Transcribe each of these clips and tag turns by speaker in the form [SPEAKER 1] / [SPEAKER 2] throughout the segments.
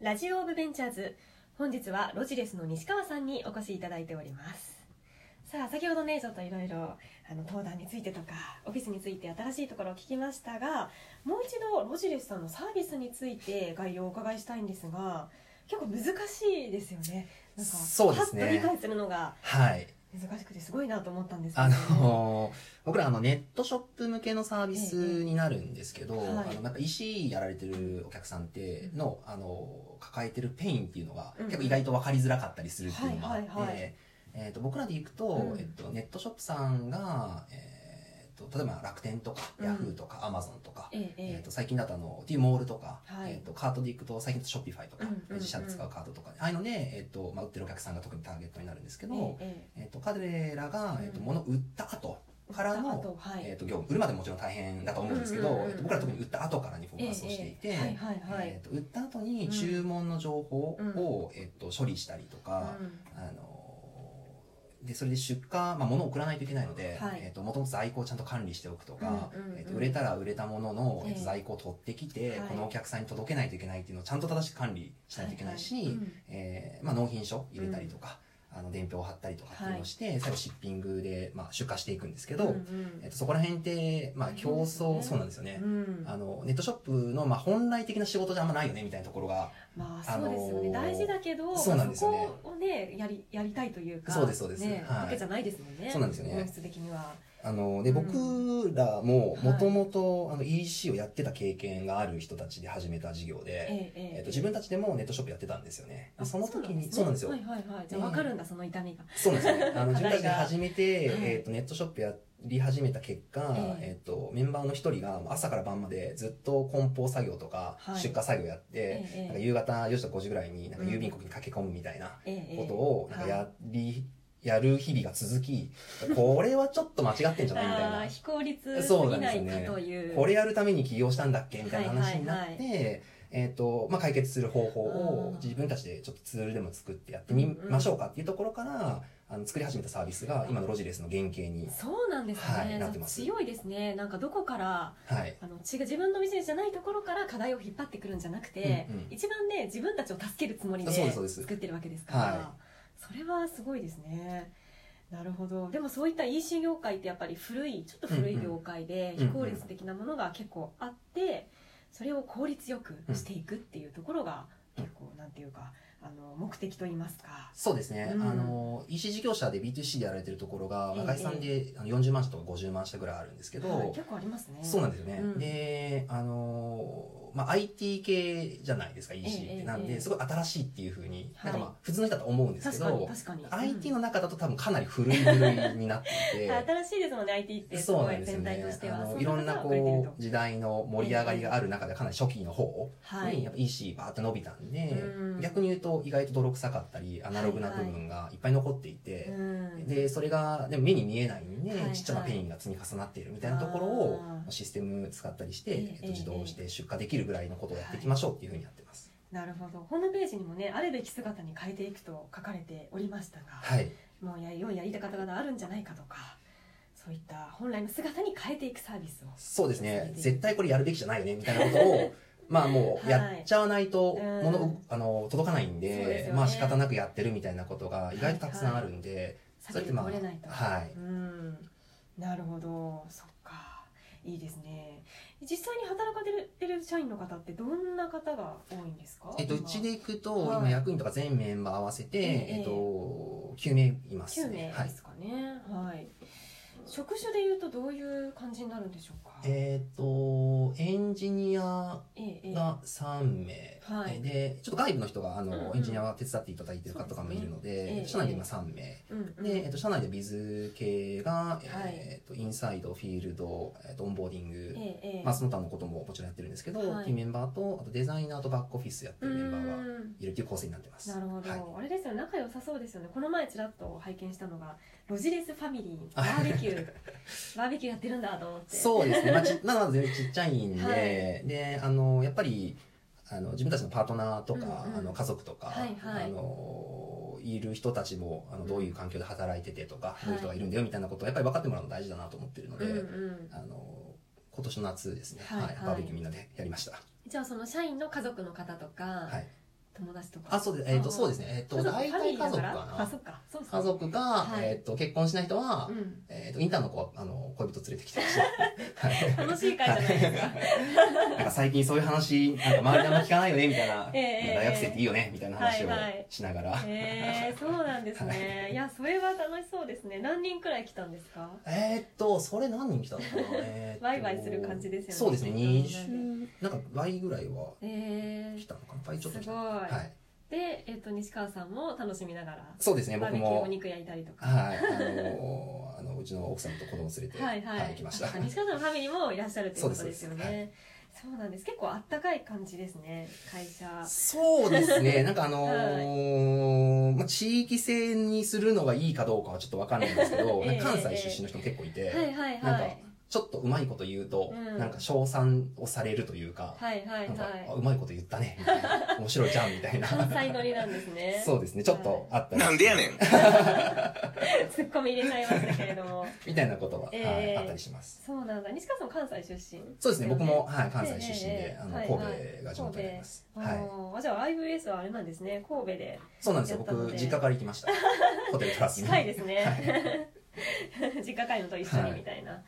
[SPEAKER 1] ラジオオブベンチャーズ本日はロジレスの西川さんにお越しいただいておりますさあ先ほどねちょっといろいろあの登壇についてとかオフィスについて新しいところを聞きましたがもう一度ロジレスさんのサービスについて概要をお伺いしたいんですが結構難しいですよねなんか
[SPEAKER 2] そうですね
[SPEAKER 1] パッと理解するのが
[SPEAKER 2] はい。
[SPEAKER 1] 難しくてすごいなと思ったんですけど
[SPEAKER 2] あのー僕らあのネットショップ向けのサービスになるんですけど、
[SPEAKER 1] ええはい
[SPEAKER 2] あのなんか EC やられてるお客さんっての、あのー抱えてるペインっていうのが
[SPEAKER 1] うん
[SPEAKER 2] 結構意外と分かりづらかったりするっていうのがあって、
[SPEAKER 1] はいはいはい
[SPEAKER 2] えー、と僕らで行くと、
[SPEAKER 1] うん
[SPEAKER 2] えっと、ネットショップさんが、えー、と例えば楽天とか
[SPEAKER 1] うん
[SPEAKER 2] ヤフーとかアマゾンとか、
[SPEAKER 1] えええ
[SPEAKER 2] え
[SPEAKER 1] え
[SPEAKER 2] ー、と最近だとあの T モールとか、
[SPEAKER 1] はい
[SPEAKER 2] えー、とカートで行くと最近だとショッピファイとか、
[SPEAKER 1] うんうんうん
[SPEAKER 2] 自社で使うカードとかああいうので、えーとまあ、売ってるお客さんが特にターゲットになるんですけど、
[SPEAKER 1] ええ
[SPEAKER 2] えっと彼らが、えっと
[SPEAKER 1] うん
[SPEAKER 2] 物を売った後から
[SPEAKER 1] あ
[SPEAKER 2] の、
[SPEAKER 1] とはい、
[SPEAKER 2] えっと業務売るまでもちろん大変だと思うんですけど、
[SPEAKER 1] うんうんうんうん
[SPEAKER 2] えっと僕らは特に売った後からにフォーカスをしていて。
[SPEAKER 1] ええはいはいはい、
[SPEAKER 2] えっと売った後に注文の情報を、えっと処理したりとか、あのでそれで出荷、まあ、物を送らないといけないので、
[SPEAKER 1] はい
[SPEAKER 2] えっともともと在庫をちゃんと管理しておくとか、
[SPEAKER 1] うんうんうん
[SPEAKER 2] えっと売れたら売れたものの、
[SPEAKER 1] ええ
[SPEAKER 2] えっと在庫を取ってきて、
[SPEAKER 1] はい
[SPEAKER 2] このお客さんに届けないといけないっていうのをちゃんと正しく管理しないといけないし、
[SPEAKER 1] ははうん
[SPEAKER 2] えーまあ、納品書入れたりとか、あの伝票を貼ったりとかっていうのをして、最後シッピングで、まあ、出荷していくんですけど、
[SPEAKER 1] うんうん
[SPEAKER 2] えっと、そこら辺って、まあ、競争、そうなんですよね、
[SPEAKER 1] うん
[SPEAKER 2] あのネットショップの、まあ、本来的な仕事じゃあんまないよねみたいなところが
[SPEAKER 1] まあそうですよね、
[SPEAKER 2] あのー
[SPEAKER 1] 大事だけど
[SPEAKER 2] そうなんですよね
[SPEAKER 1] まあそこをねやりやりたいというか
[SPEAKER 2] そうですそうです
[SPEAKER 1] ね
[SPEAKER 2] はい
[SPEAKER 1] わけじゃないですもんね
[SPEAKER 2] そうなんですよね
[SPEAKER 1] 本質的には
[SPEAKER 2] あので
[SPEAKER 1] う
[SPEAKER 2] 僕らも
[SPEAKER 1] はい
[SPEAKER 2] もともと EC をやってた経験がある人たちで始めた事業で、え
[SPEAKER 1] ええええ
[SPEAKER 2] っと、自分たちでもネットショップやってたんですよねで
[SPEAKER 1] あ
[SPEAKER 2] その時に
[SPEAKER 1] そ
[SPEAKER 2] そうう
[SPEAKER 1] な
[SPEAKER 2] なん
[SPEAKER 1] で
[SPEAKER 2] んですす
[SPEAKER 1] ね
[SPEAKER 2] よ、
[SPEAKER 1] はいはいはいじゃあわかるんだその痛みが
[SPEAKER 2] そうなんですね。あの、
[SPEAKER 1] 課
[SPEAKER 2] 自分
[SPEAKER 1] 題が
[SPEAKER 2] たちで始めて、
[SPEAKER 1] うん
[SPEAKER 2] えっ、と、ネットショップやり始めた結果、
[SPEAKER 1] ええ
[SPEAKER 2] えっ、と、メンバーの一人が朝から晩までずっと梱包作業とか、
[SPEAKER 1] はい
[SPEAKER 2] 出荷作業やって、
[SPEAKER 1] ええ
[SPEAKER 2] なんか夕方4時とか5時ぐらいに、なんか郵便局に駆け込むみたいな
[SPEAKER 1] ええええ
[SPEAKER 2] ことを、なんか
[SPEAKER 1] は
[SPEAKER 2] や
[SPEAKER 1] い
[SPEAKER 2] り、やる日々が続き、これはちょっと間違ってんじゃないみたい
[SPEAKER 1] あー
[SPEAKER 2] な。
[SPEAKER 1] 非効率す
[SPEAKER 2] そうな
[SPEAKER 1] ぎ
[SPEAKER 2] んで
[SPEAKER 1] な
[SPEAKER 2] す
[SPEAKER 1] い
[SPEAKER 2] ね
[SPEAKER 1] かという
[SPEAKER 2] これやるために起業したんだっけみたいな話になって、
[SPEAKER 1] はいは
[SPEAKER 2] えっ、と、まあ、解決する方法を
[SPEAKER 1] あー
[SPEAKER 2] 自分たちでちょっとツールでも作ってやってみましょうかっていうところから、あの作り始めたサービスが今のロジレスの原型に、
[SPEAKER 1] そうなんですね、
[SPEAKER 2] はいなってます
[SPEAKER 1] 強いですねなんかどこから
[SPEAKER 2] はい。
[SPEAKER 1] あの違う自分のビジネスじゃないところから課題を引っ張ってくるんじゃなくて、
[SPEAKER 2] うんうん
[SPEAKER 1] 一番ね自分たちを助けるつもりで
[SPEAKER 2] そうですそうです
[SPEAKER 1] 作ってるわけですから、
[SPEAKER 2] は
[SPEAKER 1] それはすごいですねなるほどでもそういった EC 業界ってやっぱり古いちょっと古い業界で
[SPEAKER 2] うんう
[SPEAKER 1] 非
[SPEAKER 2] ん
[SPEAKER 1] 効率的なものが結構あってそれを効率よくしていくっていうところが
[SPEAKER 2] うん
[SPEAKER 1] 結構なんていうかあの目的といいますか。
[SPEAKER 2] そうですね、
[SPEAKER 1] うん
[SPEAKER 2] あの EC 事業者で B2C でやられてるところが
[SPEAKER 1] ええ
[SPEAKER 2] 赤井さんであの40万社とか50万社ぐらいあるんですけど、
[SPEAKER 1] はい結構ありますね。
[SPEAKER 2] そうなんですよね、
[SPEAKER 1] うん
[SPEAKER 2] であのまあ IT 系じゃないですか EC って、
[SPEAKER 1] ええ
[SPEAKER 2] なん
[SPEAKER 1] ええ
[SPEAKER 2] で、すごい新しいっていうふうに、
[SPEAKER 1] はい
[SPEAKER 2] なんかまあ普通の人だと思うんですけ
[SPEAKER 1] 確かに
[SPEAKER 2] ど
[SPEAKER 1] 確かに。
[SPEAKER 2] IT
[SPEAKER 1] うん
[SPEAKER 2] の中だと多分かなり古い部類になっていて、
[SPEAKER 1] 新しいですもんね IT ってす
[SPEAKER 2] そう
[SPEAKER 1] ご
[SPEAKER 2] なん
[SPEAKER 1] い
[SPEAKER 2] ですよ
[SPEAKER 1] 全体
[SPEAKER 2] ね
[SPEAKER 1] として
[SPEAKER 2] あ
[SPEAKER 1] は。
[SPEAKER 2] の
[SPEAKER 1] そ
[SPEAKER 2] いろんな
[SPEAKER 1] 中では遅れてると
[SPEAKER 2] こう時代の盛り上がりがある中でかなり初期の方
[SPEAKER 1] はい
[SPEAKER 2] にやっぱ EC バーって伸びたんで、
[SPEAKER 1] うん
[SPEAKER 2] 逆に言うと意外と泥臭かったりアナログな部分がいっぱい残っていて、
[SPEAKER 1] うん
[SPEAKER 2] でそれがでも目に見えないんで、
[SPEAKER 1] はいはい
[SPEAKER 2] ちっちゃなペインが積み重なっているみたいなところを
[SPEAKER 1] あー
[SPEAKER 2] システム使ったりして、
[SPEAKER 1] え
[SPEAKER 2] え
[SPEAKER 1] え
[SPEAKER 2] っと、自動して出荷できるぐらいのことをやっていきましょうっていうふうにやってます。
[SPEAKER 1] なるほどホームページにもねあるべき姿に変えていくと書かれておりましたが、
[SPEAKER 2] はい、
[SPEAKER 1] もうや良いやり方があるんじゃないかとかそういった本来の姿に変えていくサービスを
[SPEAKER 2] そうですね絶対これやるべきじゃないよねみたいなこと をまあもうやっちゃわないと
[SPEAKER 1] はい
[SPEAKER 2] 物、
[SPEAKER 1] うん
[SPEAKER 2] あの届かないんで
[SPEAKER 1] そうですよね
[SPEAKER 2] まあ仕方なくやってるみたいなことが意外とたくさんあるんで、そ
[SPEAKER 1] 避
[SPEAKER 2] れっ
[SPEAKER 1] け
[SPEAKER 2] て
[SPEAKER 1] て
[SPEAKER 2] ま
[SPEAKER 1] これないと、
[SPEAKER 2] あはい
[SPEAKER 1] うんなるほどそっかいいですね実際に働かれてる社員の方ってどんな方が多いんですか
[SPEAKER 2] えっと、う
[SPEAKER 1] 今
[SPEAKER 2] ちで行くと、
[SPEAKER 1] はい
[SPEAKER 2] 今役員とか全メンバー合わせて、
[SPEAKER 1] ええ
[SPEAKER 2] えっと、9名います
[SPEAKER 1] 9名
[SPEAKER 2] ね。はい
[SPEAKER 1] ですかねはい、職種でいうとどういう感じになるんでしょうか
[SPEAKER 2] えっと、エンジニア
[SPEAKER 1] ええええ
[SPEAKER 2] が3名、
[SPEAKER 1] はい
[SPEAKER 2] でちょっと外部の人があの、
[SPEAKER 1] うんうん
[SPEAKER 2] エンジニアは手伝っていただいてる方とかもいるので
[SPEAKER 1] そうですねええ
[SPEAKER 2] 社内で今3名、
[SPEAKER 1] うんうん
[SPEAKER 2] で、えっと、社内でビズ系が、
[SPEAKER 1] はい
[SPEAKER 2] えっと、インサイド、フィールド、えっと、オンボーディング、
[SPEAKER 1] ええええ
[SPEAKER 2] まあ、その他のことももちろんやってるんですけど、
[SPEAKER 1] はい
[SPEAKER 2] っていうメンバーと、あとデザイナーとバックオフィスやってるメンバー
[SPEAKER 1] う
[SPEAKER 2] が
[SPEAKER 1] ん
[SPEAKER 2] いるっていう構成になってます。
[SPEAKER 1] なるほど、
[SPEAKER 2] はい
[SPEAKER 1] あれですよね仲良さそうですよねこの前ちらっと拝見したのがロジレスファミリーバーベキュ ーバーベキューやってるんだと思って
[SPEAKER 2] そうですね、まあ、ちまだまだ全然ちっちゃいんで、
[SPEAKER 1] はい
[SPEAKER 2] であのやっぱりあの自分たちのパートナーとか、
[SPEAKER 1] うんうん
[SPEAKER 2] あの家族とか、
[SPEAKER 1] はいはい
[SPEAKER 2] あのいる人たちもあ
[SPEAKER 1] う
[SPEAKER 2] の
[SPEAKER 1] ん
[SPEAKER 2] どういう環境で働いててとか、
[SPEAKER 1] はい
[SPEAKER 2] どういう人がいるんだよみたいなことをやっぱり分かってもらうの大事だなと思ってるので、
[SPEAKER 1] うんうん、
[SPEAKER 2] あの今年の夏ですね、
[SPEAKER 1] はい
[SPEAKER 2] はい
[SPEAKER 1] はい
[SPEAKER 2] バーベキューみんなでやりました。
[SPEAKER 1] じゃあその社員の家族の方とか、
[SPEAKER 2] はい
[SPEAKER 1] 友達とか
[SPEAKER 2] あ、そうです。えっ、と、
[SPEAKER 1] あ
[SPEAKER 2] そうですね。えっ、と、
[SPEAKER 1] 家族
[SPEAKER 2] 大
[SPEAKER 1] ファミ
[SPEAKER 2] 体
[SPEAKER 1] リーだか
[SPEAKER 2] 家族から
[SPEAKER 1] あ
[SPEAKER 2] な
[SPEAKER 1] そ。っかそうですね
[SPEAKER 2] 家族が、
[SPEAKER 1] はい
[SPEAKER 2] えっ、と、結婚しない人は、
[SPEAKER 1] うん
[SPEAKER 2] えっ、と、インターンの子は、あの、恋人連れてきて ました。はい
[SPEAKER 1] 楽しい会じゃないですか
[SPEAKER 2] はいなんか最近そういう話、なんか周りであんま聞かないよね、みたいな
[SPEAKER 1] 。ええ
[SPEAKER 2] 大学生っていいよね、みたいな話を
[SPEAKER 1] はいはい
[SPEAKER 2] しながら。
[SPEAKER 1] へえそうなんですね、い、やそれは楽しそうですね何人くらい来たんですか
[SPEAKER 2] えーっと、それ何人来たのかな、えーっと
[SPEAKER 1] ワイワイする感じですよね
[SPEAKER 2] そうですね、
[SPEAKER 1] みんなで
[SPEAKER 2] 20、なんか倍ぐらいは
[SPEAKER 1] え
[SPEAKER 2] 来たのかな倍ちょっと来
[SPEAKER 1] す
[SPEAKER 2] た。
[SPEAKER 1] ごい
[SPEAKER 2] はい。
[SPEAKER 1] で、えっと西川さんも楽しみながら
[SPEAKER 2] そうですね、
[SPEAKER 1] バー
[SPEAKER 2] 僕
[SPEAKER 1] ベキューお
[SPEAKER 2] も。
[SPEAKER 1] 肉焼いたりとか
[SPEAKER 2] はい。あのー、あのうちの奥さんと子供連れて、
[SPEAKER 1] はいはい、
[SPEAKER 2] 行きました。
[SPEAKER 1] あ西川さんのファミリーもいらっしゃるということですよ
[SPEAKER 2] そうで
[SPEAKER 1] ねそうなんです結構あったかい感じですね会社
[SPEAKER 2] そうですね。なんかあのーまあ、地域性にするのがいいかどうかはちょっとわかんないんですけど、
[SPEAKER 1] ええ
[SPEAKER 2] なんか関西出身の人も結構いて、
[SPEAKER 1] はいはい
[SPEAKER 2] なん
[SPEAKER 1] は
[SPEAKER 2] か
[SPEAKER 1] い
[SPEAKER 2] ちょっとうまいこと言うと、
[SPEAKER 1] うん
[SPEAKER 2] なんか称賛をされるというか、
[SPEAKER 1] はいはい
[SPEAKER 2] なんか、あ
[SPEAKER 1] はいう
[SPEAKER 2] まいこと言ったね、みた いな。面白いじゃん、みたいな。
[SPEAKER 1] 関西乗りなんですね
[SPEAKER 2] そうですね、ちょっとあったり、
[SPEAKER 3] なんでやねん
[SPEAKER 1] ツッコミ入れちゃいましたけれども
[SPEAKER 2] みたいなことは、
[SPEAKER 1] え
[SPEAKER 2] はい
[SPEAKER 1] え
[SPEAKER 2] あったりします。
[SPEAKER 1] そうなんだ西川さん関西出身
[SPEAKER 2] そうですね、僕も、
[SPEAKER 1] よ
[SPEAKER 2] はい、関西出身で
[SPEAKER 1] ええ、
[SPEAKER 2] あの、
[SPEAKER 1] はい
[SPEAKER 2] 神戸が地元になります。は
[SPEAKER 1] あ
[SPEAKER 2] い。
[SPEAKER 1] ーじゃあ IVS はあれなんですね神戸で
[SPEAKER 2] そうなんですよ、
[SPEAKER 1] やったの
[SPEAKER 2] 僕、
[SPEAKER 1] で
[SPEAKER 2] 実家から行き ました。ホテルプラスに。
[SPEAKER 1] 近いですね実家会のと一緒にみたいな、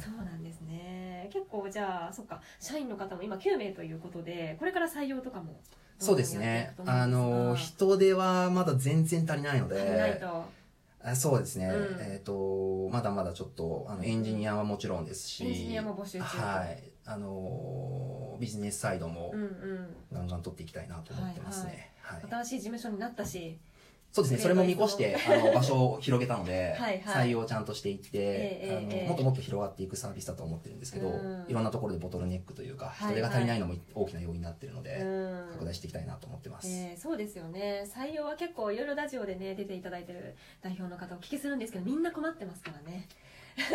[SPEAKER 1] そうなんですね結構じゃあそっか社員の方も今9名ということでこれから採用とかもどんどん
[SPEAKER 2] そうです
[SPEAKER 1] やって
[SPEAKER 2] ね
[SPEAKER 1] いくと。思うん
[SPEAKER 2] あの、
[SPEAKER 1] です
[SPEAKER 2] 人手はまだ全然足りないの
[SPEAKER 1] が足りない
[SPEAKER 2] で、
[SPEAKER 1] と
[SPEAKER 2] あそうですね、
[SPEAKER 1] うん
[SPEAKER 2] えっ、と、まだまだちょっと、あの、エンジニアはもちろんですし、
[SPEAKER 1] エンジニアも募集中
[SPEAKER 2] はい。あの、ビジネスサイドも
[SPEAKER 1] うんうん
[SPEAKER 2] ガンガン取っていきたいなと思ってますね。はい
[SPEAKER 1] 新しい事務所になったし
[SPEAKER 2] そうですね、それも見越して、あの、場所を広げたので、
[SPEAKER 1] はいはい
[SPEAKER 2] 採用をちゃんとしていって、
[SPEAKER 1] ええええ
[SPEAKER 2] あの、もっともっと広がっていくサービスだと思ってるんですけど、
[SPEAKER 1] うん
[SPEAKER 2] いろんなところでボトルネックというか、
[SPEAKER 1] はいは
[SPEAKER 2] 人
[SPEAKER 1] い
[SPEAKER 2] 手が足りないのも大きな要因になってるの
[SPEAKER 1] う
[SPEAKER 2] で、
[SPEAKER 1] ん
[SPEAKER 2] 拡大していきたいなと思ってます。
[SPEAKER 1] えーそうですよね採用は結構いろいろラジオでね出ていただいてる代表の方お聞きするんですけどみんな困ってますからね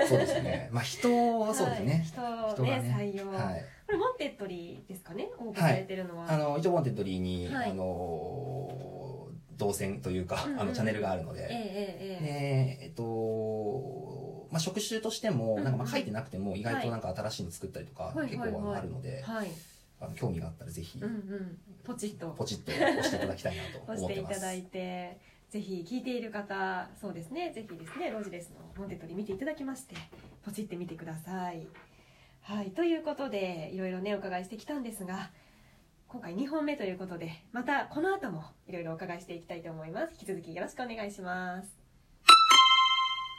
[SPEAKER 2] そうですね。まあ、人はそうですね。
[SPEAKER 1] はい、人
[SPEAKER 2] 人
[SPEAKER 1] を
[SPEAKER 2] が
[SPEAKER 1] ね
[SPEAKER 2] ね
[SPEAKER 1] 採用、
[SPEAKER 2] はい。
[SPEAKER 1] これモンテッドリーですかね応募されてるのは、
[SPEAKER 2] あの、一応、ボンテッドリーに、
[SPEAKER 1] はい
[SPEAKER 2] あのー、動線というか
[SPEAKER 1] うんう、ん
[SPEAKER 2] あの、チャンネルがあるの
[SPEAKER 1] ええ
[SPEAKER 2] で、
[SPEAKER 1] ええええ
[SPEAKER 2] ねえっと、まあ、職種としても、なんかまあ書いてなくても、意外となんか新しいの作ったりとか、
[SPEAKER 1] はい
[SPEAKER 2] 結構あのあるので、
[SPEAKER 1] はい、
[SPEAKER 2] あの興味があったらぜひ
[SPEAKER 1] うんうん、ポチッと
[SPEAKER 2] ポチッと押していただきたいなと
[SPEAKER 1] 押
[SPEAKER 2] 思
[SPEAKER 1] し
[SPEAKER 2] ってて
[SPEAKER 1] い
[SPEAKER 2] ま
[SPEAKER 1] た
[SPEAKER 2] す。
[SPEAKER 1] だいてぜひ聞いている方そうですねぜひですねロジレスのモンテッドリー見ていただきましてポチって見てください。はいということでいろいろねお伺いしてきたんですが今回2本目ということでまたこの後もいろいろお伺いしていきたいと思います。引き続きよろしくお願いします。